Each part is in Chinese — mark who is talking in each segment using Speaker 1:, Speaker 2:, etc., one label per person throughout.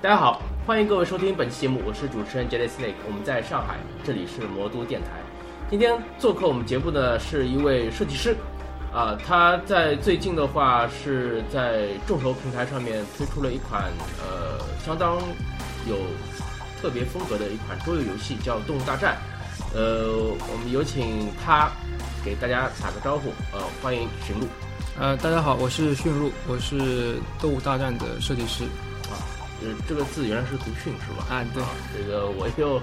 Speaker 1: 大家好，欢迎各位收听本期节目，我是主持人 Jelly Snake，我们在上海，这里是魔都电台。今天做客我们节目的是一位设计师，啊、他在最近的话是在众筹平台上面推出了一款呃相当有特别风格的一款桌游游戏，叫《动物大战》。呃，我们有请他给大家打个招呼，呃，欢迎寻路。
Speaker 2: 呃，大家好，我是驯鹿，我是《动物大战》的设计师。
Speaker 1: 呃，这个字原来是读训是吧？
Speaker 2: 啊，对，
Speaker 1: 这个我又，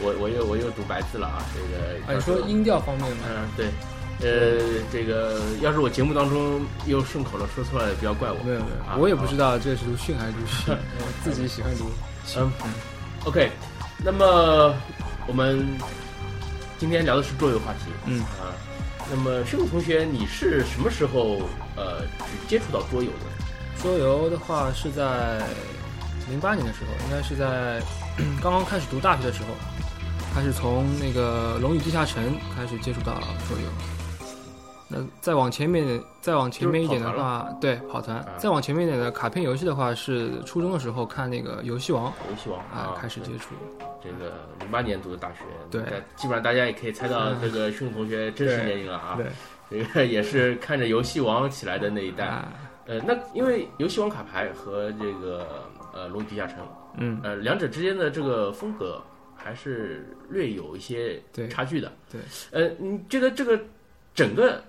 Speaker 1: 我我又我又读白字了啊，这个。
Speaker 2: 啊，你说
Speaker 1: 要是
Speaker 2: 音调方面吗？
Speaker 1: 嗯，对，呃，这个要是我节目当中又顺口了说错了，也不要怪我。
Speaker 2: 没有没
Speaker 1: 啊
Speaker 2: 有，我也不知道这是读训还是读训， 我自己喜欢读。
Speaker 1: 嗯，OK，那么我们今天聊的是桌游话题
Speaker 2: 嗯，
Speaker 1: 啊。那么，迅鲁同学，你是什么时候呃只接触到桌游的？
Speaker 2: 桌游的话是在零八年的时候，应该是在嗯刚刚开始读大学的时候，开始从那个《龙与地下城》开始接触到桌游。那再往前面，再往前面一点的话，对，跑团
Speaker 1: 啊。
Speaker 2: 再往前面一点的卡片游戏的话，是初中的时候看那个《游戏王》
Speaker 1: 游戏王
Speaker 2: 啊，开始
Speaker 1: 对
Speaker 2: 接触。
Speaker 1: 这个零八年读的大学，
Speaker 2: 对
Speaker 1: 大，基本上大家也可以猜到这个迅鲁同学真实
Speaker 2: 对
Speaker 1: 年龄了啊。
Speaker 2: 对，
Speaker 1: 这个 也是看着游戏王起来的那一代。
Speaker 2: 啊，
Speaker 1: 呃，那因为游戏王卡牌和这个呃《龙与地下城》，
Speaker 2: 嗯，
Speaker 1: 呃，两者之间的这个风格还是略有一些
Speaker 2: 对
Speaker 1: 差距的。
Speaker 2: 对，
Speaker 1: 呃，你觉得这个整个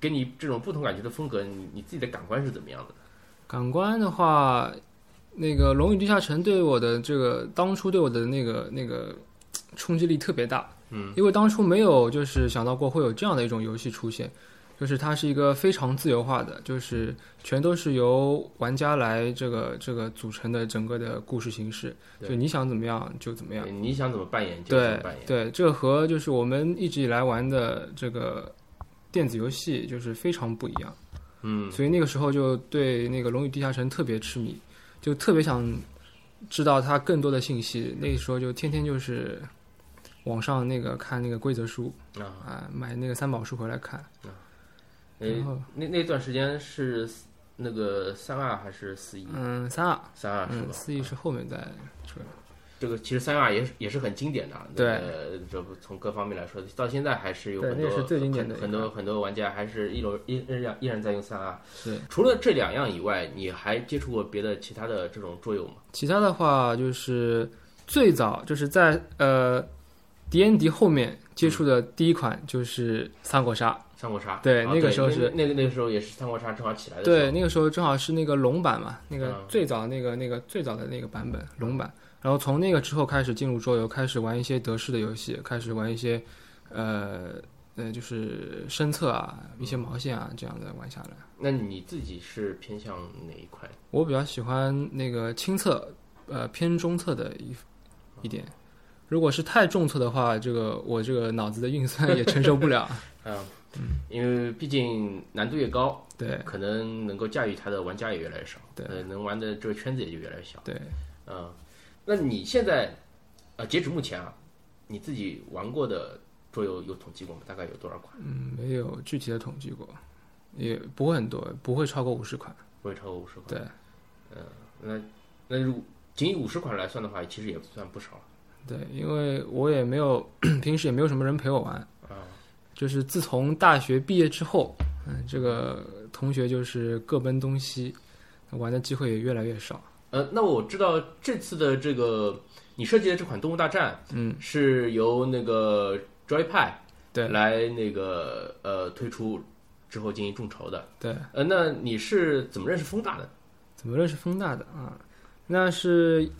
Speaker 1: 给你这种不同感觉的风格，你你自己的感官是怎么样的？
Speaker 2: 感官的话，那个《龙与地下城》对我的这个当初对我的那个那个嘖冲击力特别大，
Speaker 1: 嗯，
Speaker 2: 因为当初没有就是想到过会有这样的一种游戏出现，就是它是一个非常自由化的，就是全都是由玩家来这个这个组成的整个的故事形式，
Speaker 1: 对
Speaker 2: 就你想怎么样就怎么样。
Speaker 1: 你想怎么扮演就怎么
Speaker 2: 啊对
Speaker 1: 扮演。
Speaker 2: 对，这和就是我们一直以来玩的这个电子游戏就是非常不一样。
Speaker 1: 嗯，
Speaker 2: 所以那个时候就对那个《龙与地下城》特别痴迷，就特别想知道它更多的信息。那时候就天天就是网上那个看那个规则书
Speaker 1: 啊，
Speaker 2: 啊，买那个三宝书回来看。
Speaker 1: 呃
Speaker 2: 然后，
Speaker 1: 那那段时间是那个三二还是四一？
Speaker 2: 嗯，三二，
Speaker 1: 三二是吧？嗯
Speaker 2: 嗯，四亿是后面再出来。
Speaker 1: 这个其实三二也是也是很经典的啊，
Speaker 2: 对
Speaker 1: 呃，这不从各方面来说，到现在还是有
Speaker 2: 对
Speaker 1: 很多
Speaker 2: 那是最经典的
Speaker 1: 很很
Speaker 2: 一
Speaker 1: 多
Speaker 2: 款
Speaker 1: 很多玩家还是一楼依依然依然在用三二。
Speaker 2: 是，
Speaker 1: 除了这两样以外，你还接触过别的其他的这种桌游吗？
Speaker 2: 其他的话就是最早就是在呃迪恩迪后面接触的第一款就是三国杀，
Speaker 1: 三国杀，
Speaker 2: 对
Speaker 1: 啊
Speaker 2: 那个时候
Speaker 1: 那
Speaker 2: 是
Speaker 1: 那个那个时候也是三国杀正好起来的时候，
Speaker 2: 对，那个时候正好是那个龙版嘛，那个
Speaker 1: 嗯
Speaker 2: 最早那个那个最早的那个版本龙版。然后从那个之后开始进入桌游，开始玩一些德式的游戏，开始玩一些，呃呃，就是身测啊，一
Speaker 1: 嗯
Speaker 2: 些毛线啊这样的玩下来。
Speaker 1: 那你自己是偏向哪一块？
Speaker 2: 我比较喜欢那个轻测，呃偏中测的一一点。如果是太重测的话，这个我这个脑子的运算也承受不了。
Speaker 1: 嗯，因为毕竟难度越高，
Speaker 2: 对
Speaker 1: 可能能够驾驭它的玩家也越来越少，
Speaker 2: 对
Speaker 1: 呃，能玩的这个圈子也就越来越小。
Speaker 2: 对，
Speaker 1: 嗯，那你现在，呃，截止目前啊，你自己玩过的桌游有统计过吗？大概有多少款？
Speaker 2: 嗯，没有具体的统计过，也不会很多，不会超过五十款。
Speaker 1: 不会超过五十款。
Speaker 2: 对。
Speaker 1: 嗯，那那如仅以五十款来算的话，其实也不算不少了。
Speaker 2: 对，因为我也没有 平时也没有什么人陪我玩，
Speaker 1: 啊，
Speaker 2: 就是自从大学毕业之后，嗯，这个同学就是各奔东西，玩的机会也越来越少。
Speaker 1: 呃，那我知道这次的这个你设计的这款《动物大战》，
Speaker 2: 嗯，
Speaker 1: 是由那个 Joypad
Speaker 2: 对
Speaker 1: 来那个呃推出之后进行众筹的。
Speaker 2: 对，
Speaker 1: 呃，那你是怎么认识风大的？
Speaker 2: 怎么认识风大的啊？那是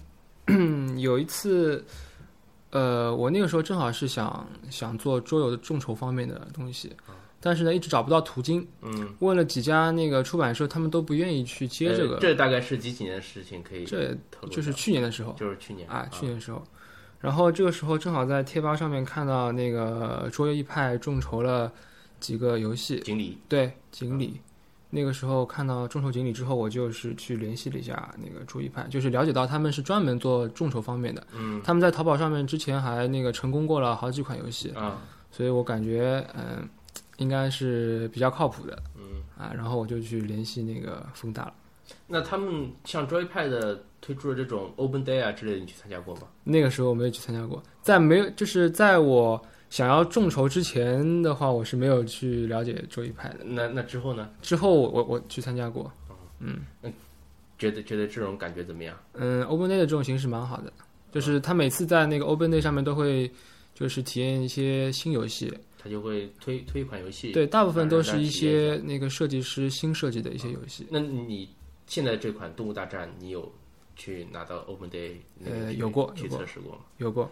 Speaker 2: 有一次，呃，我那个时候正好是想想做桌游的众筹方面的东西，但是呢一直找不到途径，
Speaker 1: 啊嗯，
Speaker 2: 问了几家那个出版社，他们都不愿意去接这
Speaker 1: 呃
Speaker 2: 个，
Speaker 1: 这大概是几几年的事情？可以
Speaker 2: 这
Speaker 1: 透露一下
Speaker 2: 就是去年的时候。
Speaker 1: 就是去年
Speaker 2: 啊，去年的时候，然后这个时候正好在贴吧上面看到那个桌游一派众筹了几个游戏，
Speaker 1: 锦鲤
Speaker 2: 对锦鲤。那个时候看到众筹锦鲤之后，我就是去联系了一下那个桌游一派，就是了解到他们是专门做众筹方面的。
Speaker 1: 嗯
Speaker 2: 他们在淘宝上面之前还那个成功过了好几款游戏，
Speaker 1: 啊
Speaker 2: 所以我感觉嗯、应该是比较靠谱的
Speaker 1: 嗯，
Speaker 2: 啊。然后我就去联系那个风大了。
Speaker 1: 那他们像 Joypad 推出的这种 Open Day 啊之类的，你去参加过吗？
Speaker 2: 那个时候我没有去参加过，在没有就是在我想要众筹之前的话，我是没有去了解周一派的。
Speaker 1: 那那之后呢？
Speaker 2: 之后我我我去参加过，
Speaker 1: 觉得觉得这种感觉怎么样？
Speaker 2: 嗯，Open Day 的这种形式蛮好的，就是他每次在那个 Open Day 上面都会就是体验一些新游戏，
Speaker 1: 他就会推推一款游戏。
Speaker 2: 对，大部分都是一
Speaker 1: 让
Speaker 2: 些那个设计师新设计的一些游戏，
Speaker 1: 那你现在这款《动物大战》，你有去拿到 Open Day 那个
Speaker 2: 呃
Speaker 1: 去
Speaker 2: 有过
Speaker 1: 去
Speaker 2: 有过
Speaker 1: 测试过吗？
Speaker 2: 有过。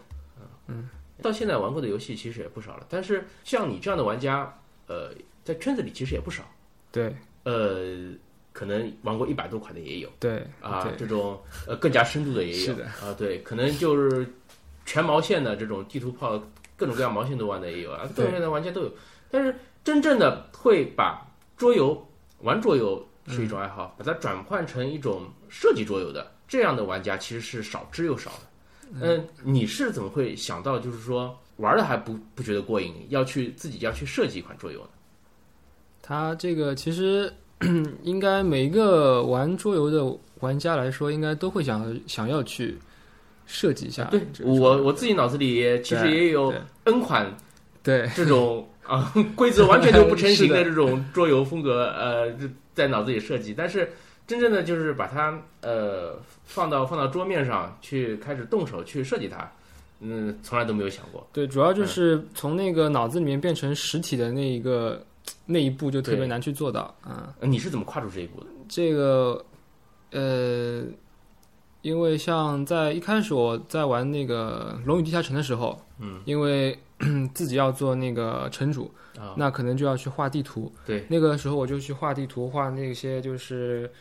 Speaker 1: 到现在玩过的游戏其实也不少了，但是像你这样的玩家，呃，在圈子里其实也不少，
Speaker 2: 对
Speaker 1: 呃，可能玩过一百多款的也有
Speaker 2: 对
Speaker 1: 啊，
Speaker 2: 对，
Speaker 1: 这种呃更加深度的也有，
Speaker 2: 是的
Speaker 1: 啊，对，可能就是全毛线的这种地图炮，各种各样毛线都玩的也有啊，各
Speaker 2: 对
Speaker 1: 种各样的玩家都有，但是真正的会把桌游玩桌游是一种爱好，
Speaker 2: 嗯
Speaker 1: 把它转换成一种设计桌游的这样的玩家其实是少之又少的。嗯，你是怎么会想到就是说玩的还不不觉得过瘾，要去自己要去设计一款桌游呢？
Speaker 2: 他这个其实 应该每一个玩桌游的玩家来说，应该都会想想要去设计一下这
Speaker 1: 啊对
Speaker 2: 个桌游。
Speaker 1: 我我自己脑子里其实
Speaker 2: 对
Speaker 1: 也有
Speaker 2: 对
Speaker 1: N 款
Speaker 2: 对
Speaker 1: 这 种啊规则完全就不成型的
Speaker 2: 是
Speaker 1: 这种桌游风格，呃，就在脑子里设计，但是真正的就是把它呃放到放到桌面上去开始动手去设计它，嗯，从来都没有想过。
Speaker 2: 对，主要就是从那个脑子里面变成实体的那一个那一步就特别
Speaker 1: 对
Speaker 2: 难去做到啊、
Speaker 1: 呃你是怎么跨出这一步的？
Speaker 2: 这个呃，因为像在一开始我在玩那个《龙与地下城》的时候，
Speaker 1: 嗯，
Speaker 2: 因为 自己要做那个城主，
Speaker 1: 啊，
Speaker 2: 那可能就要去画地图。
Speaker 1: 对，
Speaker 2: 那个时候我就去画地图，画那些就是。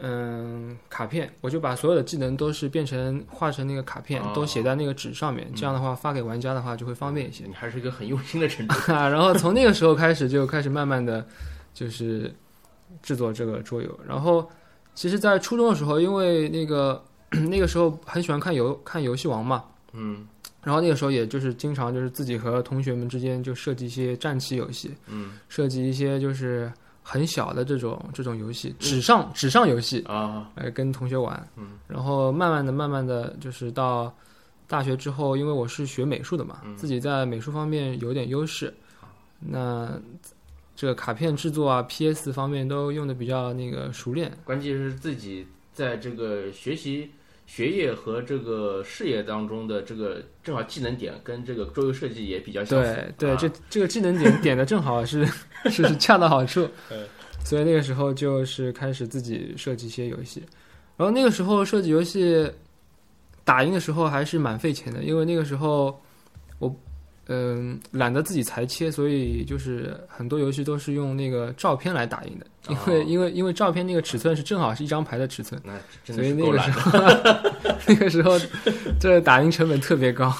Speaker 2: 嗯，卡片，我就把所有的技能都是变成画成那个卡片，
Speaker 1: 哦嗯
Speaker 2: 都写在那个纸上面。这样的话，发给玩家的话就会方便一些。
Speaker 1: 你还是一个很用心的城主。
Speaker 2: 啊，然后从那个时候开始就开始慢慢的，就是制作这个桌游。然后其实，在初中的时候，因为那个 那个时候很喜欢看游看游戏王嘛，
Speaker 1: 嗯
Speaker 2: 然后那个时候也就是经常就是自己和同学们之间就设计一些战棋游戏，
Speaker 1: 嗯
Speaker 2: 设计一些就是很小的这种这种游
Speaker 1: 嗯
Speaker 2: 戏，纸上纸上游戏
Speaker 1: 啊，
Speaker 2: 来跟同学玩。
Speaker 1: 嗯，
Speaker 2: 然后慢慢的慢慢的就是到。大学之后，因为我是学美术的嘛，
Speaker 1: 嗯
Speaker 2: 自己在美术方面有点优势，那这个卡片制作啊、PS 方面都用的比较那个熟练。
Speaker 1: 关键是自己在这个学习。学业和这个事业当中的这个正好技能点跟这个桌游设计也比较相似
Speaker 2: 对对，
Speaker 1: 啊
Speaker 2: 这这个技能点点的正 好是是是恰到好处
Speaker 1: 嗯，
Speaker 2: 所以那个时候就是开始自己设计一些游戏，然后那个时候设计游戏打赢的时候还是蛮费钱的，因为那个时候我嗯、懒得自己裁切，所以就是很多游戏都是用那个照片来打印的，因为、
Speaker 1: 哦
Speaker 2: 因为因为照片那个尺寸是正好是一张牌的尺寸。
Speaker 1: 那真
Speaker 2: 所
Speaker 1: 的
Speaker 2: 以
Speaker 1: 是
Speaker 2: 那
Speaker 1: 够
Speaker 2: 个
Speaker 1: 懒
Speaker 2: 时候，那个时候， 这打印成本特别高。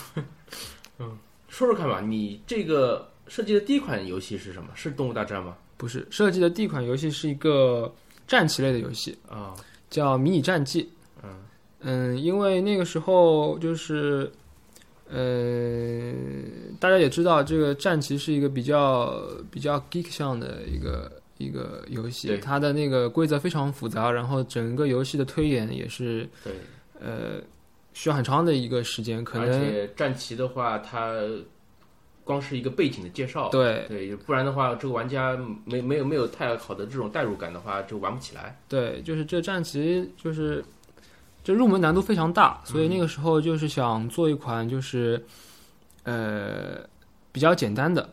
Speaker 1: 说说看吧，你这个设计的第一款游戏是什么？是《动物大战》吗？
Speaker 2: 不是设计的第一款游戏是一个战棋类的游戏，
Speaker 1: 啊，
Speaker 2: 叫《迷你战记》。
Speaker 1: 嗯
Speaker 2: 嗯，因为那个时候就是，呃，大家也知道，这个战棋是一个比较比较 geek 向的一个一个游戏
Speaker 1: 对，
Speaker 2: 它的那个规则非常复杂，然后整个游戏的推演也是
Speaker 1: 对，
Speaker 2: 呃需要很长的一个时间，可
Speaker 1: 而
Speaker 2: 能
Speaker 1: 且战旗的话，它光是一个背景的介绍，
Speaker 2: 对
Speaker 1: 对，不然的话，这个玩家没没有没有太好的这种代入感的话，就玩不起来。
Speaker 2: 对，就是这战棋就是这入门难度非常大，所以那个时候就是想做一款就是呃比较简单的，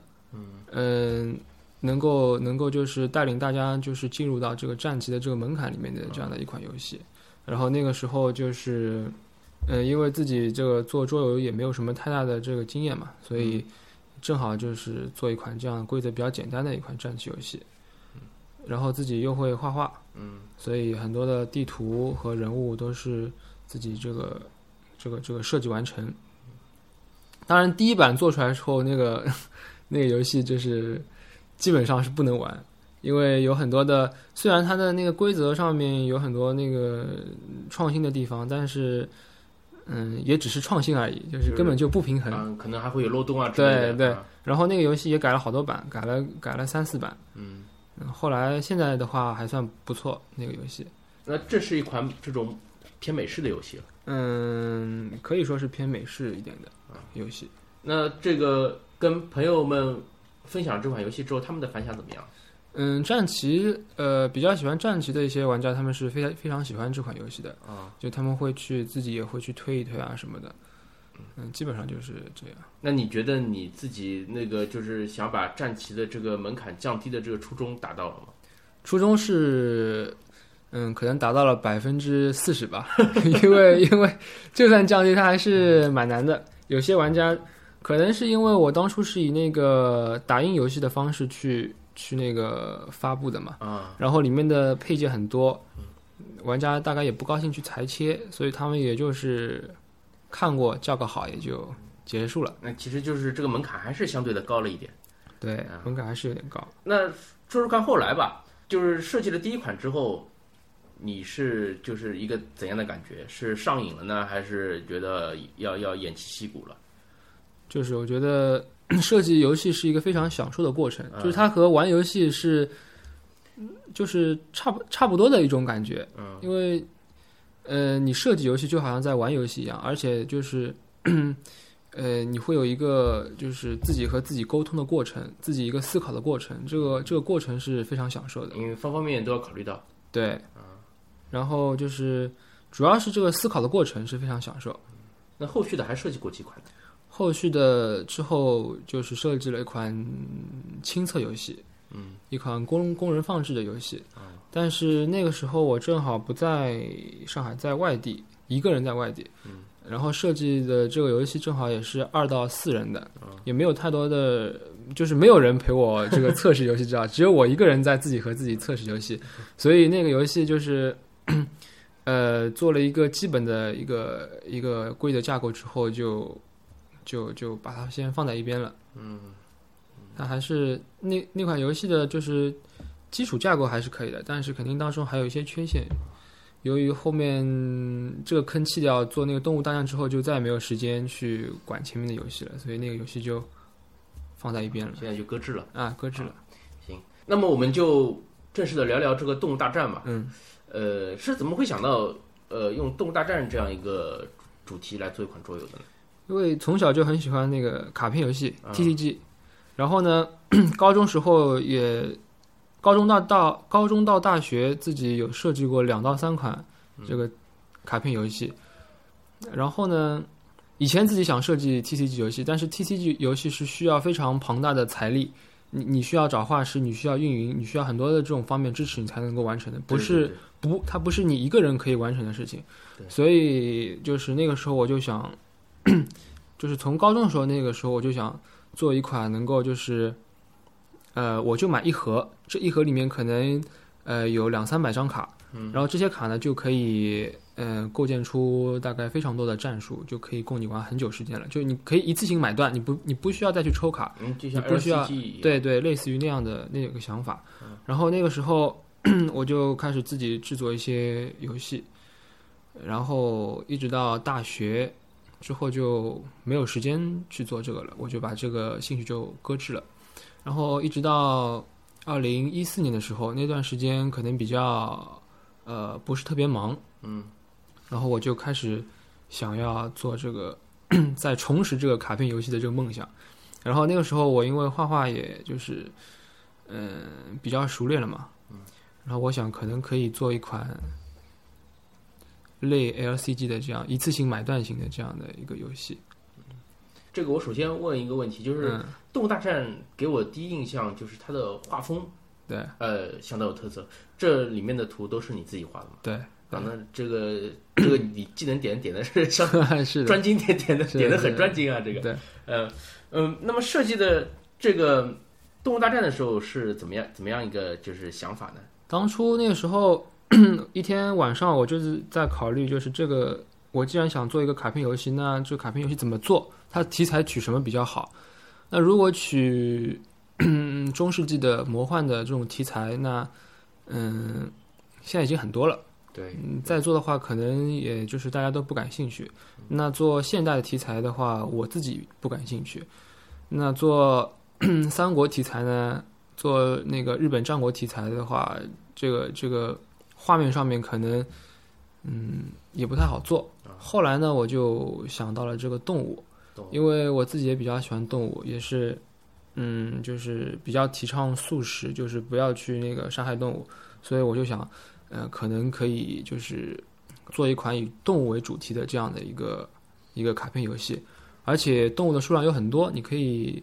Speaker 2: 嗯、能够能够就是带领大家就是进入到这个战棋的这个门槛里面的这样的一款游戏。然后那个时候就是，呃，因为自己这个做桌游也没有什么太大的这个经验嘛，所以正好就是做一款这样规则比较简单的一款战棋游戏。然后自己又会画画，
Speaker 1: 嗯，
Speaker 2: 所以很多的地图和人物都是自己这个这个这个设计完成。当然，第一版做出来之后，那个 那个游戏就是基本上是不能玩，因为有很多的虽然它的那个规则上面有很多那个创新的地方，但是嗯，也只是创新而已，就是根本就不平衡。
Speaker 1: 啊，可能还会有漏洞啊之类的。
Speaker 2: 对对
Speaker 1: 啊
Speaker 2: 然后那个游戏也改了好多版，改了改了三四版。
Speaker 1: 嗯，
Speaker 2: 嗯后来现在的话还算不错，那个游戏。
Speaker 1: 那这是一款这种偏美式的游戏了。
Speaker 2: 嗯，可以说是偏美式一点的游戏。
Speaker 1: 那这个跟朋友们分享这款游戏之后，他们的反响怎么样？
Speaker 2: 嗯，战棋，呃，比较喜欢战棋的一些玩家，他们是非常非常喜欢这款游戏的，
Speaker 1: 啊，
Speaker 2: 就他们会去自己也会去推一推啊什么的。嗯，基本上就是这样。
Speaker 1: 那你觉得你自己那个就是想把战棋的这个门槛降低的这个初衷达到了吗？
Speaker 2: 初中是，嗯，可能达到了百分之四十吧， 因为因为就算降低，它还是蛮难的。有些玩家可能是因为我当初是以那个打印游戏的方式去去那个发布的嘛，
Speaker 1: 啊，
Speaker 2: 然后里面的配件很多，玩家大概也不高兴去裁切，所以他们也就是看过叫个好也就结束了。
Speaker 1: 那其实就是这个门槛还是相对的高了一点。
Speaker 2: 对
Speaker 1: 啊，
Speaker 2: 门槛还是有点高。
Speaker 1: 那说说看后来吧，就是设计了第一款之后，你是就是一个怎样的感觉？是上瘾了呢，还是觉得要要偃旗息鼓了？
Speaker 2: 就是我觉得 设计游戏是一个非常享受的过程，
Speaker 1: 嗯
Speaker 2: 就是它和玩游戏是，嗯就是差不差不多的一种感觉。
Speaker 1: 嗯，
Speaker 2: 因为，呃，你设计游戏就好像在玩游戏一样，而且就是，呃，你会有一个就是自己和自己沟通的过程，自己一个思考的过程，这个这个过程是非常享受的。
Speaker 1: 因为方方面面都要考虑到。
Speaker 2: 对，
Speaker 1: 嗯
Speaker 2: 然后就是主要是这个思考的过程是非常享受。
Speaker 1: 那后续的还设计过几款呢？
Speaker 2: 后续的之后就是设计了一款亲测游戏，嗯，哦一款工工人放置的游戏。但是那个时候我正好不在上海，在外地，一个人在外地。嗯，然后设计的这个游戏正好也是二到四人的，也没有太多的，就是没有人陪我这个测试游戏，知道，只有我一个人在自己和自己测试游戏，所以那个游戏就是。 呃，做了一个基本的一个一个规则架构之后，就就就把它先放在一边了。嗯，它还是那那款游戏的就是基础架构还是可以的，但是肯定当中还有一些缺陷。由于后面这个坑弃掉，做那个动物大战之后，就再也没有时间去管前面的游戏了，所以那个游戏就放在一边了
Speaker 1: 现在就搁置了。
Speaker 2: 啊，搁置了。
Speaker 1: 那么我们就正式的聊聊这个《动物大战》吧。
Speaker 2: 嗯，
Speaker 1: 呃，是怎么会想到呃用《动物大战》这样一个主题来做一款桌游的呢？
Speaker 2: 因为从小就很喜欢那个卡片游戏
Speaker 1: 啊
Speaker 2: TCG，、然后呢， 高中时候也，高中到到高中到大学自己有设计过两到三款
Speaker 1: 嗯
Speaker 2: 这个卡片游戏，然后呢，以前自己想设计 TCG 游戏，但是 TCG 游戏是需要非常庞大的财力。你你需要找画师，你需要运营，你需要很多的这种方面支持，你才能够完成的，不是
Speaker 1: 对对对
Speaker 2: 不，它不是你一个人可以完成的事情
Speaker 1: 对。
Speaker 2: 所以就是那个时候我就想， 就是从高中的时候那个时候我就想做一款能够就是，呃，我就买一盒，这一盒里面可能呃有两三百张卡，然后这些卡呢就可以呃构建出大概非常多的战术，就可以供你玩很久时间了。就你可以一次性买断，你不你不需要再去抽卡，
Speaker 1: 嗯，就像
Speaker 2: 你不需要
Speaker 1: LCG 一样。
Speaker 2: 对对，类似于那样的那个想法。然后那个时候 我就开始自己制作一些游戏，然后一直到大学之后就没有时间去做这个了，我就把这个兴趣就搁置了。然后一直到二零一四年的时候，那段时间可能比较呃不是特别忙，
Speaker 1: 嗯，
Speaker 2: 然后我就开始想要做这个 再重拾这个卡片游戏的这个梦想。然后那个时候我因为画画也就是，嗯、比较熟练了嘛，
Speaker 1: 嗯
Speaker 2: 然后我想可能可以做一款类 LCG 的这样一次性买断型的这样的一个游戏。
Speaker 1: 这个我首先问一个问题，就是《
Speaker 2: 嗯，
Speaker 1: 动物大战》给我第一印象就是它的画风，
Speaker 2: 对
Speaker 1: 呃，相当有特色。这里面的图都是你自己画的吗？
Speaker 2: 对，
Speaker 1: 啊，那这个这个你技能点点的是相
Speaker 2: 是的，
Speaker 1: 专精点点的
Speaker 2: 是的
Speaker 1: 点的
Speaker 2: 是的
Speaker 1: 很专精啊，这个
Speaker 2: 对，
Speaker 1: 呃嗯，那么设计的这个《动物大战》的时候是怎么样怎么样一个就是想法呢？
Speaker 2: 当初那个时候 一天晚上，我就是在考虑，就是这个我既然想做一个卡片游戏，那这个卡片游戏怎么做？它题材取什么比较好？那如果取 中世纪的魔幻的这种题材，那嗯，现在已经很多了。
Speaker 1: 对，
Speaker 2: 嗯，再做的话，可能也就是大家都不感兴趣。那做现代的题材的话，我自己不感兴趣。那做 三国题材呢，做那个日本战国题材的话，这个这个画面上面可能嗯也不太好做。后来呢，我就想到了这个动物
Speaker 1: 动物，
Speaker 2: 因为我自己也比较喜欢动物，也是嗯就是比较提倡素食，就是不要去那个伤害动物，所以我就想呃可能可以就是做一款以动物为主题的这样的一个一个卡片游戏，而且动物的数量有很多，你可以。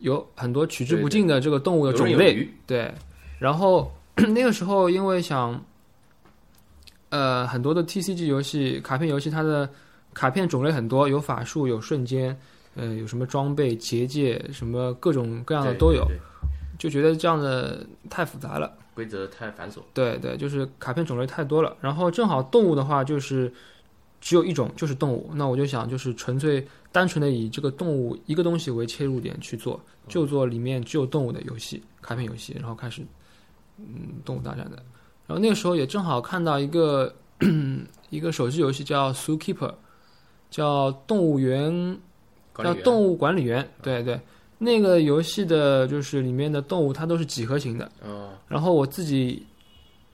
Speaker 2: 有很多取之不尽的这个动物的种
Speaker 1: 游刃有
Speaker 2: 类，
Speaker 1: 余
Speaker 2: 对，然后 那个时候因为想，呃，很多的 TCG 游戏、卡片游戏，它的卡片种类很多，有法术，有瞬间，呃，有什么装备、结界，什么各种各样的
Speaker 1: 对
Speaker 2: 都有，
Speaker 1: 对对
Speaker 2: 就觉得这样的太复杂了。
Speaker 1: 规则太繁琐，
Speaker 2: 对对，就是卡片种类太多了。然后正好动物的话，就是只有一种，就是动物。那我就想，就是纯粹单纯的以这个动物一个东西为切入点去做，就做里面只有动物的游戏，卡片游戏，然后开始嗯动物大战的。然后那个时候也正好看到一个 一个手机游戏叫 Zookeeper，叫动物园
Speaker 1: 管理
Speaker 2: 叫
Speaker 1: 员
Speaker 2: 动物管理员。对对，那个游戏的就是里面的动物它都是几何形的。
Speaker 1: 嗯
Speaker 2: 然后我自己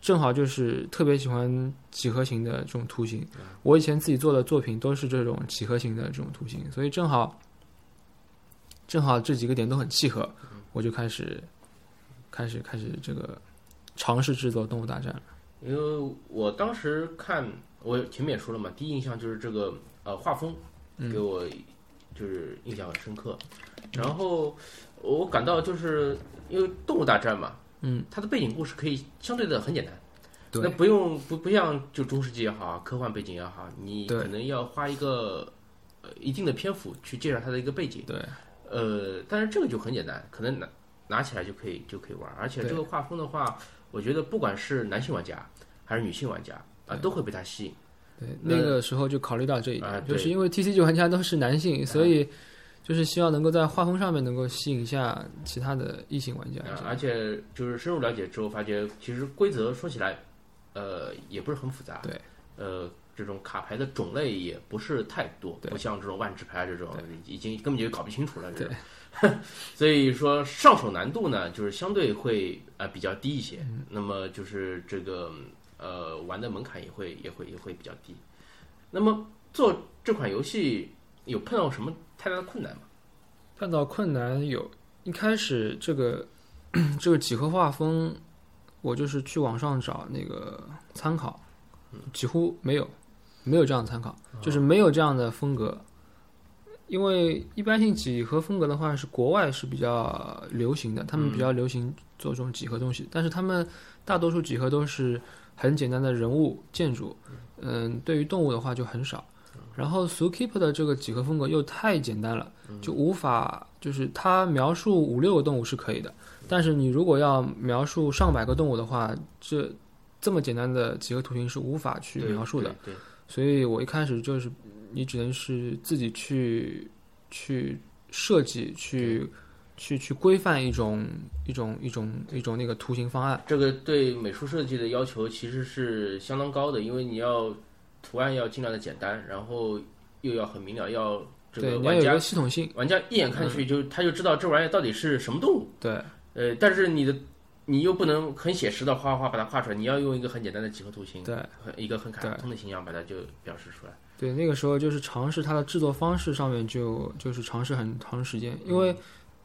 Speaker 2: 正好就是特别喜欢几何形的这种图形，
Speaker 1: 嗯
Speaker 2: 我以前自己做的作品都是这种几何形的这种图形，所以正好正好这几个点都很契合，
Speaker 1: 嗯
Speaker 2: 我就开始开始开始这个尝试制作《动物大战》了。
Speaker 1: 因为我当时看，我前面也说了嘛，第一印象就是这个呃画风
Speaker 2: 嗯
Speaker 1: 给我就是印象很深刻。然后我感到就是因为《动物大战》嘛，
Speaker 2: 嗯，
Speaker 1: 它的背景故事可以相对的很简单，
Speaker 2: 对
Speaker 1: 那不用不不像就中世纪也好啊，科幻背景也好，你
Speaker 2: 对
Speaker 1: 可能要花一个呃一定的篇幅去介绍它的一个背景。
Speaker 2: 对，
Speaker 1: 呃，但是这个就很简单，可能拿拿起来就可以就可以玩儿，而且
Speaker 2: 对
Speaker 1: 这个画风的话，我觉得不管是男性玩家还是女性玩家啊，都会被它吸引。
Speaker 2: 对，
Speaker 1: 那
Speaker 2: 那个时候就考虑到这一点，
Speaker 1: 啊
Speaker 2: 就
Speaker 1: 对哎
Speaker 2: 是因为 TCG 玩家都是男性，所以就是希望能够在画风上面能够吸引一下其他的异性玩家。
Speaker 1: 啊，而且就是深入了解之后，发觉其实规则说起来，呃，也不是很复杂。
Speaker 2: 对，
Speaker 1: 呃，这种卡牌的种类也不是太多，
Speaker 2: 对
Speaker 1: 不像这种万智牌这种已经根本就搞不清楚了。这种
Speaker 2: 对，
Speaker 1: 所以说上手难度呢，就是相对会呃比较低一些。
Speaker 2: 嗯
Speaker 1: 那么就是这个呃玩的门槛也会也会也会比较低。那么做这款游戏有碰到什么太大的困难吗？
Speaker 2: 碰到困难有，一开始这个 这个几何画风，我就是去网上找那个参考，几乎没有，没有这样的参考，就是没有这样的风格。因为一般性几何风格的话是国外是比较流行的，他们比较流行做这种几何东西，但是他们大多数几何都是很简单的人物、建筑，嗯，对于动物的话就很少。然后 Zookeeper 的这个几何风格又太简单了。
Speaker 1: 嗯
Speaker 2: 就无法，就是它描述五六个动物是可以的，但是你如果要描述上百个动物的话，这这么简单的几何图形是无法去
Speaker 1: 对
Speaker 2: 描述的。，
Speaker 1: 对，对
Speaker 2: 所以我一开始就是，你只能是自己去去设计，去去去规范一种一种一种一种那个图形方案。
Speaker 1: 这个对美术设计的要求其实是相当高的，因为你要图案要尽量的简单，然后又要很明了，要这
Speaker 2: 对，
Speaker 1: 个
Speaker 2: 你要
Speaker 1: 玩
Speaker 2: 有一嗯
Speaker 1: 家
Speaker 2: 个系统性。
Speaker 1: 玩家一眼看去就、他就知道这玩意儿到底是什么动物。
Speaker 2: 对
Speaker 1: 呃，但是你的你又不能很写实的画画把它画出来，你要用一个很简单的几何图形，
Speaker 2: 对。
Speaker 1: 很一个很卡
Speaker 2: 对
Speaker 1: 通的形象把它就表示出来。
Speaker 2: 对，那个时候就是尝试它的制作方式上面就就是尝试很长时间，因为、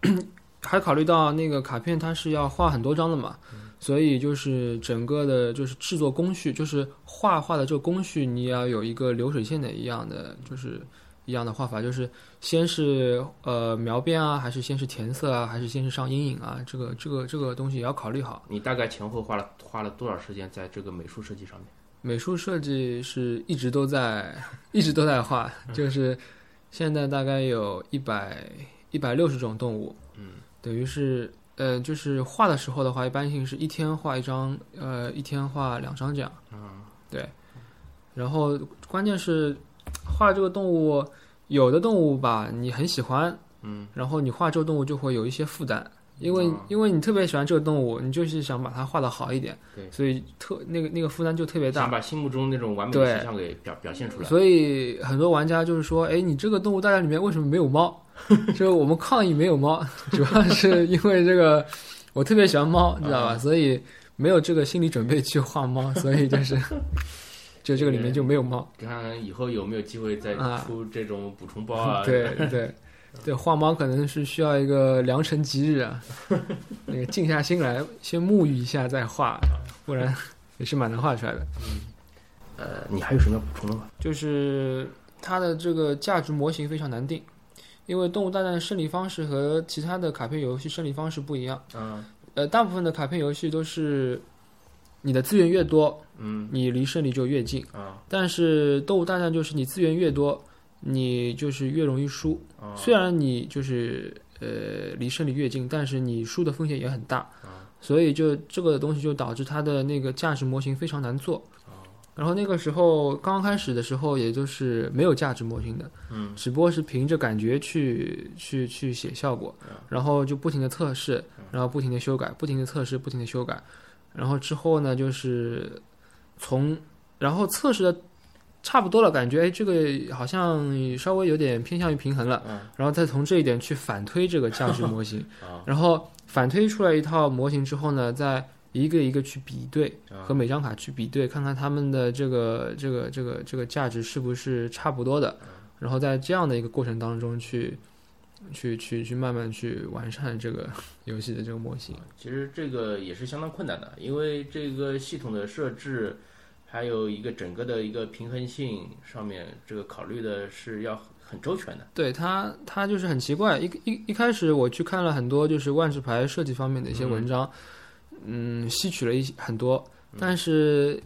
Speaker 2: 还考虑到那个卡片它是要画很多张的嘛，所以就是整个的就是制作工序，就是画画的这个工序，你要有一个流水线的一样的就是一样的画法，就是先是呃描边啊，还是先是填色啊，还是先是上阴影啊，这个这个这个东西也要考虑好。
Speaker 1: 你大概前后花了花了多少时间在这个美术设计上面？
Speaker 2: 美术设计是一直都在 一直都在画，
Speaker 1: 嗯
Speaker 2: 就是现在大概有一百一百六十种动物，嗯，等于是呃，就是画的时候的话，一般性是一天画一张，呃，一天画两张这样，
Speaker 1: 啊，
Speaker 2: 对。然后关键是画这个动物，有的动物吧你很喜欢，
Speaker 1: 嗯，
Speaker 2: 然后你画这个动物就会有一些负担，因为、
Speaker 1: 啊
Speaker 2: 因为你特别喜欢这个动物，你就是想把它画的好一点，
Speaker 1: 对
Speaker 2: 所以特那个那个负担就特别大
Speaker 1: 想。把心目中那种完美的
Speaker 2: 对
Speaker 1: 形象给表表现出来。
Speaker 2: 所以很多玩家就是说，哎，你这个动物大战里面为什么没有猫？就是我们抗议没有猫，主要是因为这个我特别喜欢猫，知道吧？所以没有这个心理准备去画猫，所以就是就这个里面就没有猫。
Speaker 1: 看以后有没有机会再
Speaker 2: 啊
Speaker 1: 出这种补充包啊？
Speaker 2: 对对对，画猫可能是需要一个良辰吉日啊，那个静下心来，先沐浴一下再画，不然也是蛮难画出来的。
Speaker 1: 呃，你还有什么要补充的吗？
Speaker 2: 就是它的这个价值模型非常难定，因为《动物大战》的胜利方式和其他的卡片游戏胜利方式不一样。
Speaker 1: 嗯
Speaker 2: 呃，大部分的卡片游戏都是你的资源越多，
Speaker 1: 嗯
Speaker 2: 你离胜利就越近；
Speaker 1: 啊
Speaker 2: 但是《动物大战》就是你资源越多，你就是越容易输。
Speaker 1: 啊
Speaker 2: 虽然你就是呃离胜利越近，但是你输的风险也很大
Speaker 1: 啊，
Speaker 2: 所以就这个东西就导致它的那个价值模型非常难做。
Speaker 1: 啊
Speaker 2: 然后那个时候刚开始的时候，也就是没有价值模型的，
Speaker 1: 嗯
Speaker 2: 只不过是凭着感觉去去去写效果
Speaker 1: 嗯，
Speaker 2: 然后就不停的测试，然后不停的修改，不停的测试，不停的修改，然后之后呢，就是从然后测试的差不多了，感觉哎这个好像稍微有点偏向于平衡了，
Speaker 1: 嗯
Speaker 2: 然后再从这一点去反推这个价值模型，
Speaker 1: 啊
Speaker 2: 然后反推出来一套模型之后呢，再一个一个去比对，
Speaker 1: 啊
Speaker 2: 和每张卡去比对，看看他们的这个这个这个这个价值是不是差不多的，然后在这样的一个过程当中去去去去慢慢去完善这个 游戏的这个模型。
Speaker 1: 其实这个也是相当困难的，因为这个系统的设置，还有一个整个的一个平衡性上面，这个考虑的是要很周全的。
Speaker 2: 对它，它就是很奇怪。一一一开始我去看了很多就是万智牌设计方面的一些文章，嗯吸取了一些很多，但是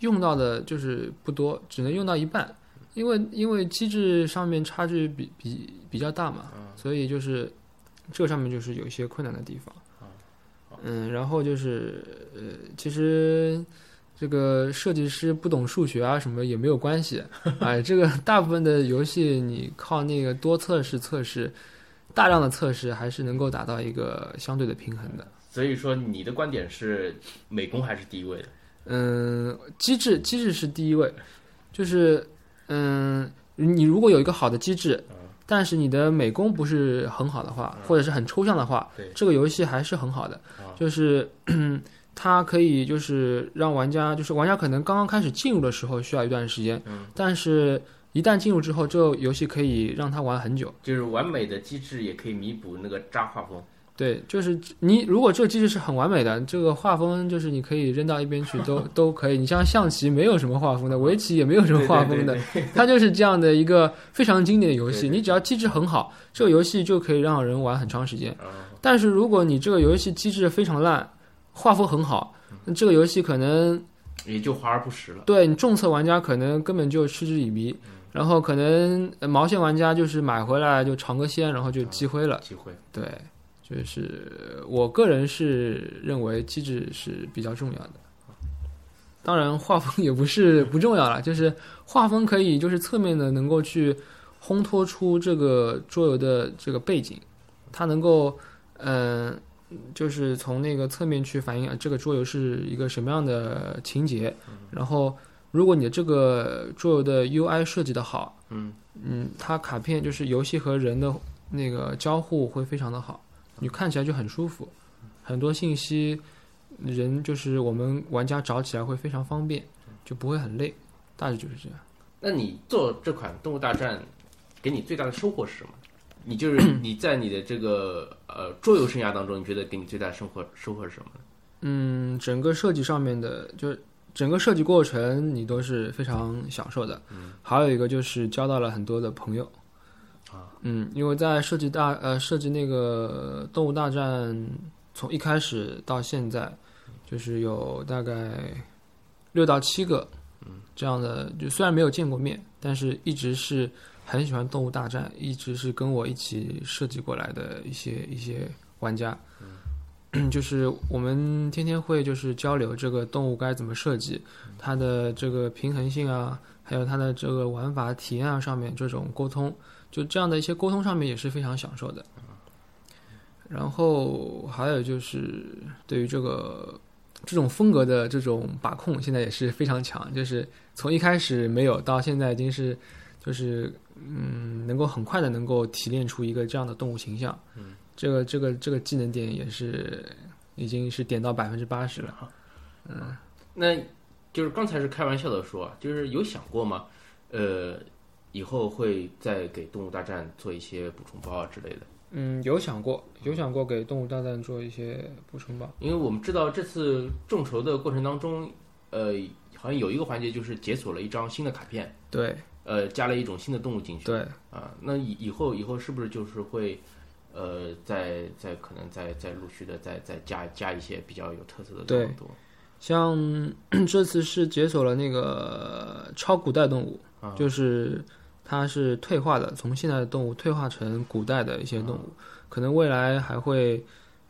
Speaker 2: 用到的就是不多，只能用到一半，因为因为机制上面差距比比比较大嘛，所以就是这上面就是有一些困难的地方。嗯，然后就是呃，其实这个设计师不懂数学啊，什么也没有关系。 哎，这个大部分的游戏，你靠那个多测试测试，大量的测试，还是能够达到一个相对的平衡的。
Speaker 1: 所以说，你的观点是美工还是第一位的？
Speaker 2: 嗯，机制机制是第一位，就是嗯，你如果有一个好的机制，
Speaker 1: 嗯
Speaker 2: 但是你的美工不是很好的话，或者是很抽象的话
Speaker 1: 对，
Speaker 2: 这个游戏还是很好的
Speaker 1: 啊，
Speaker 2: 就是。它可以就是让玩家，就是玩家可能刚刚开始进入的时候需要一段时间，
Speaker 1: 嗯
Speaker 2: 但是一旦进入之后，这个游戏可以让他玩很久。
Speaker 1: 就是完美的机制也可以弥补那个渣画风。
Speaker 2: 对，就是你如果这个机制是很完美的，这个画风就是你可以扔到一边去 都都可以。你像象棋没有什么画风的，围棋也没有什么画风的，
Speaker 1: 对对对
Speaker 2: 它就是这样的一个非常经典的游
Speaker 1: 对
Speaker 2: 戏。
Speaker 1: 对
Speaker 2: 你只要机制很好，这个游戏就可以让人玩很长时间。
Speaker 1: 嗯
Speaker 2: 但是如果你这个游戏机制非常烂，画风很好，
Speaker 1: 嗯
Speaker 2: 那这个游戏可能
Speaker 1: 对也就华而不实了。
Speaker 2: 对你重测玩家可能根本就嗤之以鼻，
Speaker 1: 嗯
Speaker 2: 然后可能呃毛线玩家就是买回来就尝个鲜，然后就积灰了。
Speaker 1: 机会
Speaker 2: 对，就是呃我个人是认为机制是比较重要的。当然，画风也不是不重要了，就是画风可以就是侧面的能够去烘托出这个桌游的这个背景，它能够嗯、呃就是从那个侧面去反映呃这个桌游是一个什么样的情节，然后如果你这个桌游的 UI 设计的好，
Speaker 1: 嗯
Speaker 2: 嗯，它卡片就是游戏和人的那个交互会非常的好，你看起来就很舒服，很多信息人就是我们玩家找起来会非常方便，就不会很累，大致就是这样。
Speaker 1: 那你做这款《动物大战》，给你最大的收获是什么？你就是你在你的这个呃桌游生涯当中，你觉得给你最大的收获收获是什么呢？
Speaker 2: 嗯，整个设计上面的，就是整个设计过程你都是非常享受的。嗯，还有一个就是交到了很多的朋友。
Speaker 1: 啊，
Speaker 2: 嗯，因为在设计大呃设计那个动物大战，从一开始到现在，就是有大概六到七个，嗯，这样的就虽然没有见过面，但是一直是很喜欢动物大战，一直是跟我一起设计过来的一些一些玩家。 就是我们天天会就是交流这个动物该怎么设计，它的这个平衡性啊，还有它的这个玩法体验啊上面这种沟通，就这样的一些沟通上面也是非常享受的。然后还有就是对于这个这种风格的这种把控，现在也是非常强，就是从一开始没有到现在已经是就是嗯能够很快的能够提炼出一个这样的动物形象。这个这个这个技能点也是已经是点到百分之八十了。
Speaker 1: 那就是刚才是开玩笑的说，啊就是有想过吗？呃，以后会再给《动物大战》做一些补充包啊之类的。
Speaker 2: 嗯，有想过，有想过给《动物大战》做一些补充吧。
Speaker 1: 因为我们知道这次众筹的过程当中，呃，好像有一个环节就是解锁了一张新的卡片，
Speaker 2: 对
Speaker 1: 呃，加了一种新的动物进去
Speaker 2: 对，
Speaker 1: 啊。那以以后以后是不是就是会，呃，再再可能再再陆续的再再加加一些比较有特色的
Speaker 2: 对
Speaker 1: 动物
Speaker 2: 像 这次是解锁了那个超古代动物，
Speaker 1: 啊
Speaker 2: 就是它是退化的，从现在的动物退化成古代的一些动
Speaker 1: 啊
Speaker 2: 物，可能未来还会。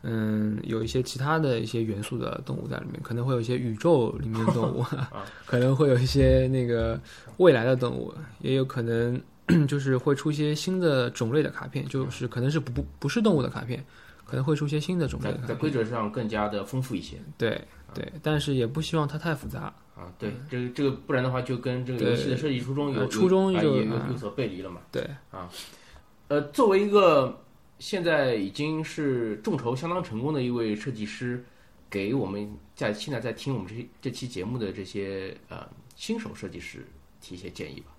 Speaker 2: 嗯，有一些其他的一些元素的动物在里面，可能会有一些宇宙里面的动物，
Speaker 1: 啊
Speaker 2: 可能会有一些那个未来的动物，也有可能 就是会出一些新的种类的卡片，就是可能是不不不是动物的卡片，可能会出一些新的种类
Speaker 1: 在
Speaker 2: 的卡
Speaker 1: 在啊
Speaker 2: 片。
Speaker 1: 规则上更加的丰富一些
Speaker 2: 对对，但是也不希望它太复杂。
Speaker 1: 啊。对，这个这个不然的话就跟这个游戏的设计初衷有
Speaker 2: 嗯呃
Speaker 1: 有
Speaker 2: 初衷
Speaker 1: 啊
Speaker 2: 就
Speaker 1: 也有
Speaker 2: 啊
Speaker 1: 有所背离了嘛。
Speaker 2: 对
Speaker 1: 呃，作为一个现在已经是众筹相当成功的一位设计师，给我们在现在在听我们这这期节目的这些呃新手设计师提一些建议吧。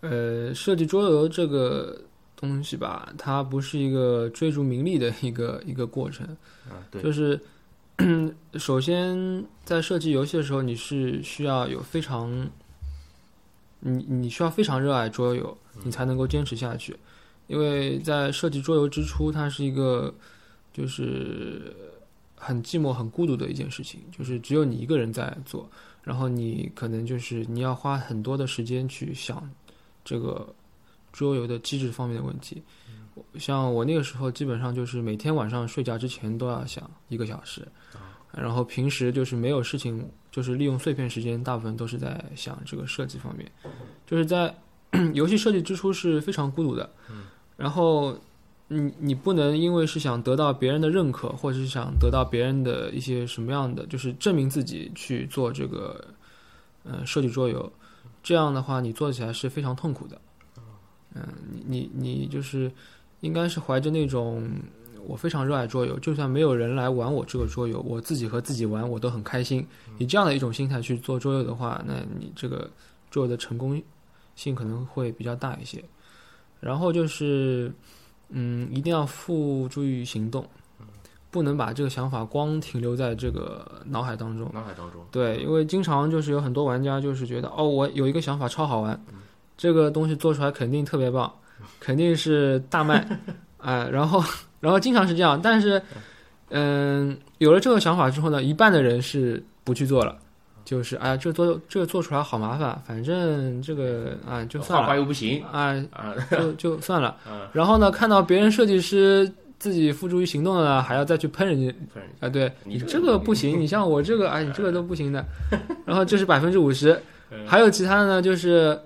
Speaker 2: 呃，设计桌游这个东西吧，它不是一个追逐名利的一个一个过程，
Speaker 1: 啊，对，
Speaker 2: 就是。 首先，在设计游戏的时候，你是需要有非常，你你需要非常热爱桌游，你才能够坚持下去。因为在设计桌游之初，它是一个就是很寂寞、很孤独的一件事情，就是只有你一个人在做，然后你可能就是你要花很多的时间去想这个桌游的机制方面的问题。像我那个时候，基本上就是每天晚上睡觉之前都要想一个小时，然后平时就是没有事情，就是利用碎片时间，大部分都是在想这个设计方面，就是在 游戏设计之初是非常孤独的，然后你你不能因为是想得到别人的认可，或者是想得到别人的一些什么样的，就是证明自己去做这个呃设计桌游，这样的话你做起来是非常痛苦的，嗯，你你你就是应该是怀着那种我非常热爱桌游，就算没有人来玩我这个桌游，我自己和自己玩我都很开心。以这样的一种心态去做桌游的话，那你这个桌游的成功性可能会比较大一些。然后就是，嗯，一定要付诸于行动，不能把这个想法光停留在这个脑海当中。
Speaker 1: 脑海当中，
Speaker 2: 嗯
Speaker 1: 嗯
Speaker 2: 对，因为经常就是有很多玩家就是觉得，哦，我有一个想法超好玩，这个东西做出来肯定特别棒，肯定是大卖，哎、然后然后经常是这样，但是，嗯，有了这个想法之后呢，一半的人是不去做了。就是哎，这做这个做出来好麻烦，反正这个啊、就算
Speaker 1: 画画
Speaker 2: 了，
Speaker 1: 又不行
Speaker 2: 啊、
Speaker 1: 啊，
Speaker 2: 就就算了
Speaker 1: 嗯。
Speaker 2: 然后呢，看到别人设计师自己付诸于行动了呢，还要再去喷人家
Speaker 1: 反正
Speaker 2: 啊，对
Speaker 1: 你
Speaker 2: 你
Speaker 1: 这个
Speaker 2: 这个不行，你像我这个，哎，你这个都不行 的。然后这是百分之五十，
Speaker 1: 嗯
Speaker 2: 还有其他的呢，就是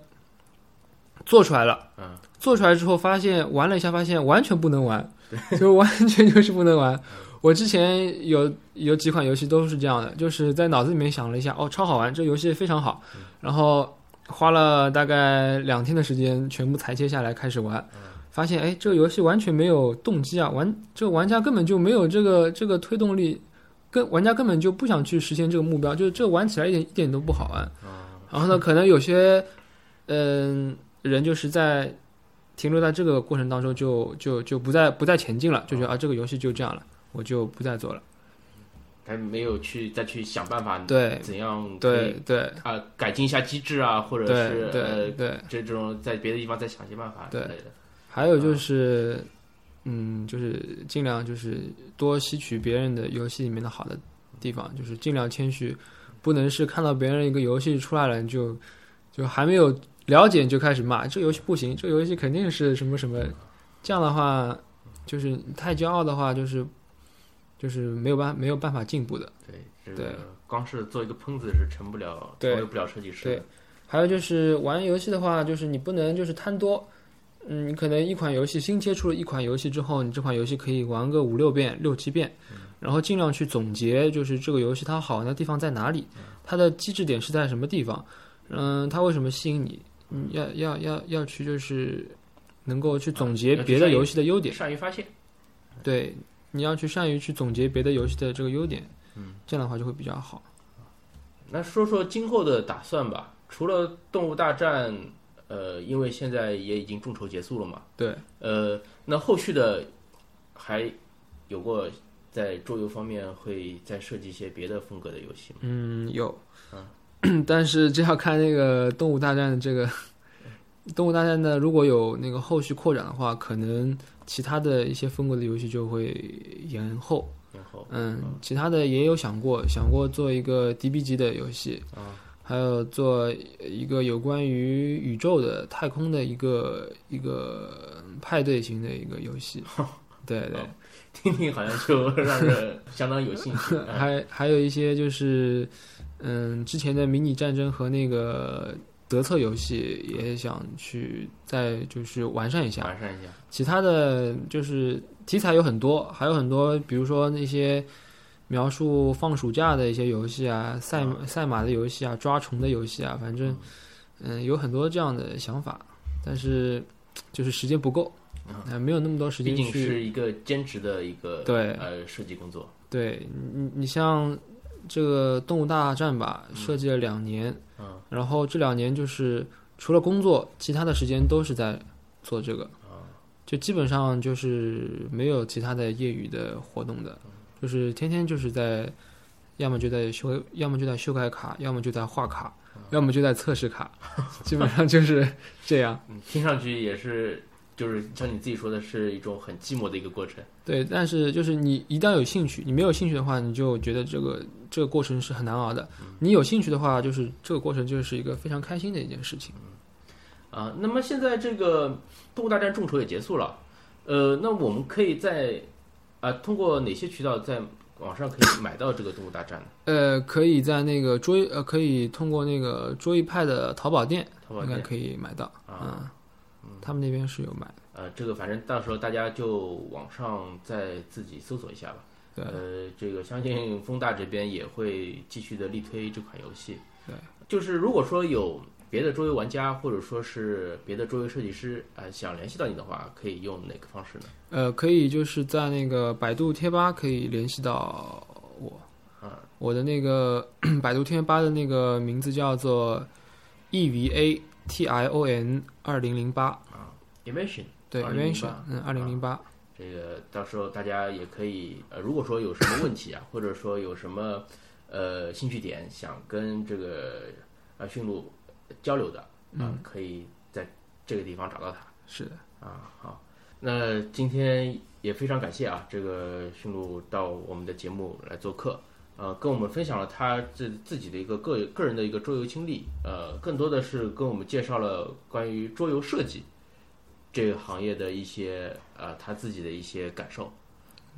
Speaker 2: 做出来了，
Speaker 1: 嗯
Speaker 2: 做出来之后发现玩了一下，发现完全不能玩，就完全就是不能玩。我之前有有几款游戏都是这样的，就是在脑子里面想了一下，哦，超好玩，这游戏非常好，然后花了大概两天的时间全部裁切下来开始玩，发现哎，这个游戏完全没有动机啊，玩这个玩家根本就没有这个这个推动力，跟玩家根本就不想去实现这个目标，就是这玩起来一点一点都不好玩。
Speaker 1: 啊
Speaker 2: 然后呢，可能有些嗯、人就是在停留在这个过程当中就，就就不再不再前进了，就
Speaker 1: 哦
Speaker 2: 觉得啊这个游戏就这样了，我就不再做了。
Speaker 1: 还没有去再去想办法
Speaker 2: 对
Speaker 1: 怎样嗯可
Speaker 2: 对
Speaker 1: 以
Speaker 2: 对
Speaker 1: 啊、改进一下机制啊，或者
Speaker 2: 对
Speaker 1: 是
Speaker 2: 对
Speaker 1: 呃
Speaker 2: 对，
Speaker 1: 这这种在别的地方再想些办法之
Speaker 2: 对
Speaker 1: 类的。
Speaker 2: 还有就是。嗯，就是尽量就是多吸取别人的游戏里面的好的地方，就是尽量谦虚，不能是看到别人一个游戏出来了你就就还没有了解你就开始骂这个游戏不行，这个游戏肯定是什么什么，这样的话就是你太骄傲的话就是就是没有办没有办法进步的。
Speaker 1: 对，这
Speaker 2: 对
Speaker 1: 个光是做一个喷子是成不了，成
Speaker 2: 对
Speaker 1: 为不了设计师的。
Speaker 2: 还有就是玩游戏的话，就是你不能就是贪多，嗯，你可能一款游戏新接触了一款游戏之后，你这款游戏可以玩个五六遍、六七遍，
Speaker 1: 嗯
Speaker 2: 然后尽量去总结，就是这个游戏它好玩的地方在哪里，
Speaker 1: 嗯
Speaker 2: 它的机制点是在什么地方，嗯，它为什么吸引你，你要要要要去就是能够去总结
Speaker 1: 要去
Speaker 2: 别的
Speaker 1: 善于
Speaker 2: 游戏的优点，
Speaker 1: 善于发现，
Speaker 2: 对，你要去善于去总结别的游戏的这个优点，
Speaker 1: 嗯，
Speaker 2: 这样的话就会比较好。
Speaker 1: 那说说今后的打算吧。除了《动物大战》，呃，因为现在也已经众筹结束了嘛，
Speaker 2: 对，
Speaker 1: 呃，那后续的还有过在桌游方面会再设计一些别的风格的游戏吗？
Speaker 2: 嗯，有， 但是这要看那个《动物大战》的这个 《动物大战》呢，如果有那个后续扩展的话，可能其他的一些风格的游戏就会延后。
Speaker 1: 然后，
Speaker 2: 嗯，其他的也有想过，想过做一个 DB 级的游戏，
Speaker 1: 啊
Speaker 2: 还有做一个有关于宇宙的太空的一个一个派对型的一个游戏。对对，
Speaker 1: 听听好像 就让人相当有兴趣。啊
Speaker 2: 还还有一些就是，嗯，之前的迷你战争和那个德测游戏也想去再就是完善一下。
Speaker 1: 完善一下，
Speaker 2: 其他的就是题材有很多，还有很多，比如说那些描述放暑假的一些游戏啊，赛
Speaker 1: 嗯
Speaker 2: 赛马的游戏啊，抓虫的游戏啊，反正嗯，有很多这样的想法，但是就是时间不够
Speaker 1: 嗯，
Speaker 2: 呃没有那么多时
Speaker 1: 毕
Speaker 2: 间
Speaker 1: 竟
Speaker 2: 去。
Speaker 1: 是一个兼职的一个
Speaker 2: 对
Speaker 1: 呃设计工作，
Speaker 2: 对你，你像这个《动物大战》吧，设计了两年，
Speaker 1: 嗯
Speaker 2: 然后这两年就是除了工作，其他的时间都是在做这个，就基本上就是没有其他的业余的活动的，就是天天就是在，要么就在修，要么就在修改卡，要么就在画卡，要么就在测试卡，基本上就是这样。
Speaker 1: 嗯，听上去也是，就是像你自己说的，是一种很寂寞的一个过程。
Speaker 2: 对，但是就是你一旦有兴趣，你没有兴趣的话，你就觉得这个这个过程是很难熬的。
Speaker 1: 嗯
Speaker 2: 你有兴趣的话，就是这个过程就是一个非常开心的一件事情。
Speaker 1: 啊，那么现在这个《动物大战》众筹也结束了，呃，那我们可以在啊、通过哪些渠道在网上可以买到这个《动物大战》呢？
Speaker 2: 呃，可以在那个桌呃，可以通过那个桌游派的淘宝店，
Speaker 1: 淘宝
Speaker 2: 应该
Speaker 1: 店
Speaker 2: 可以买到。
Speaker 1: 啊，
Speaker 2: 嗯，他们那边是有买的。
Speaker 1: 呃，这个反正到时候大家就网上再自己搜索一下吧。
Speaker 2: 对
Speaker 1: 呃，这个相信风大这边也会继续的力推这款游戏。
Speaker 2: 对，
Speaker 1: 就是如果说有别的桌游玩家或者说是别的桌游设计师啊、呃想联系到你的话，可以用哪个方式呢？
Speaker 2: 呃，可以就是在那个百度贴吧可以联系到我，
Speaker 1: 啊
Speaker 2: 我的那个 百度贴吧的那个名字叫做 E V A T I O N 二零零八，
Speaker 1: 啊，Invention。
Speaker 2: 对
Speaker 1: 2008
Speaker 2: v e n t i o n 嗯，二零零八，
Speaker 1: 这个到时候大家也可以，呃，如果说有什么问题啊， 或者说有什么呃兴趣点想跟这个呃驯鹿交流的，啊、可以在这个地方找到他
Speaker 2: 是的，
Speaker 1: 啊。好，那今天也非常感谢啊，这个驯鹿到我们的节目来做客，呃，跟我们分享了他自自己的一个个个人的一个桌游经历，呃，更多的是跟我们介绍了关于桌游设计这个行业的一些呃他自己的一些感受。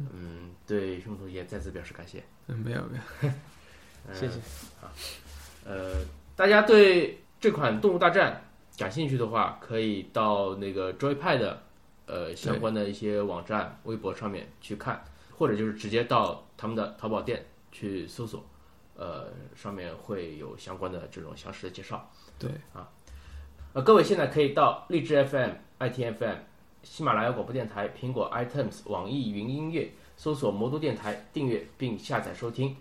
Speaker 1: 嗯，对，驯鹿同学再次表示感谢。
Speaker 2: 嗯，没有没有，
Speaker 1: 呃
Speaker 2: 谢谢。
Speaker 1: 呃，大家对这款《动物大战》感兴趣的话，可以到那个 Joypad 的呃相关的一些网站、微博上面去看，或者就是直接到他们的淘宝店去搜索，呃，上面会有相关的这种详实的介绍。啊
Speaker 2: 对，
Speaker 1: 呃，各位现在可以到荔枝 FM、ITFM、喜马拉雅广播电台、苹果 iTunes、网易云音乐搜索“魔都电台”，订阅并下载收听。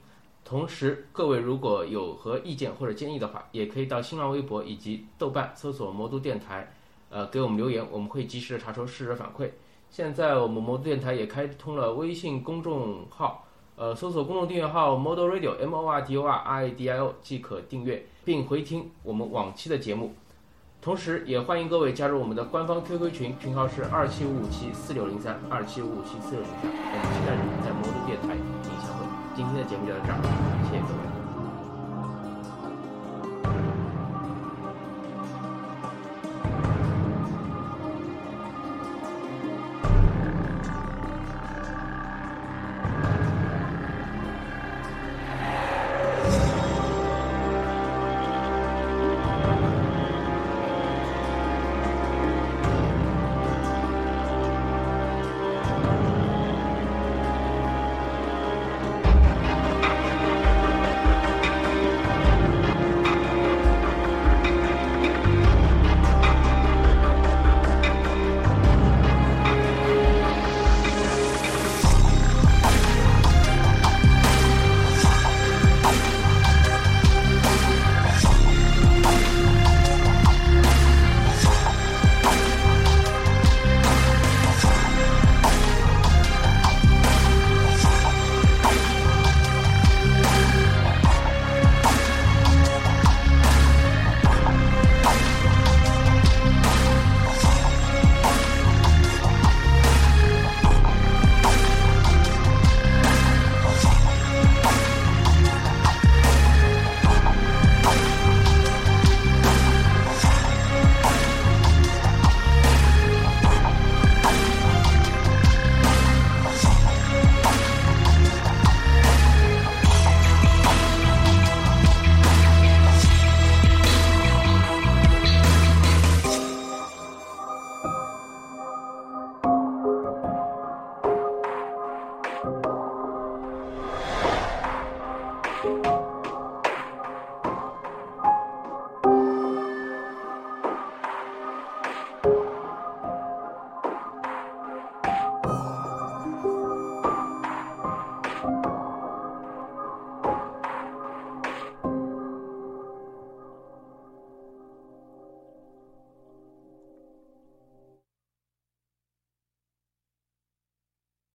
Speaker 1: 同时，各位如果有何意见或者建议的话，也可以到新浪微博以及豆瓣搜索“魔都电台”，呃，给我们留言，我们会及时的查收适时反馈。现在我们魔都电台也开通了微信公众号，呃，搜索公众订阅号 “Model Radio” M O R D O R R A D I O 即可订阅并回听我们往期的节目。同时，也欢迎各位加入我们的官方 QQ 群，群号是二七五五七四六零三二七五五七四六零三。我们期待着你在魔都电台与你相会。今天的节目就到这儿，谢谢各位。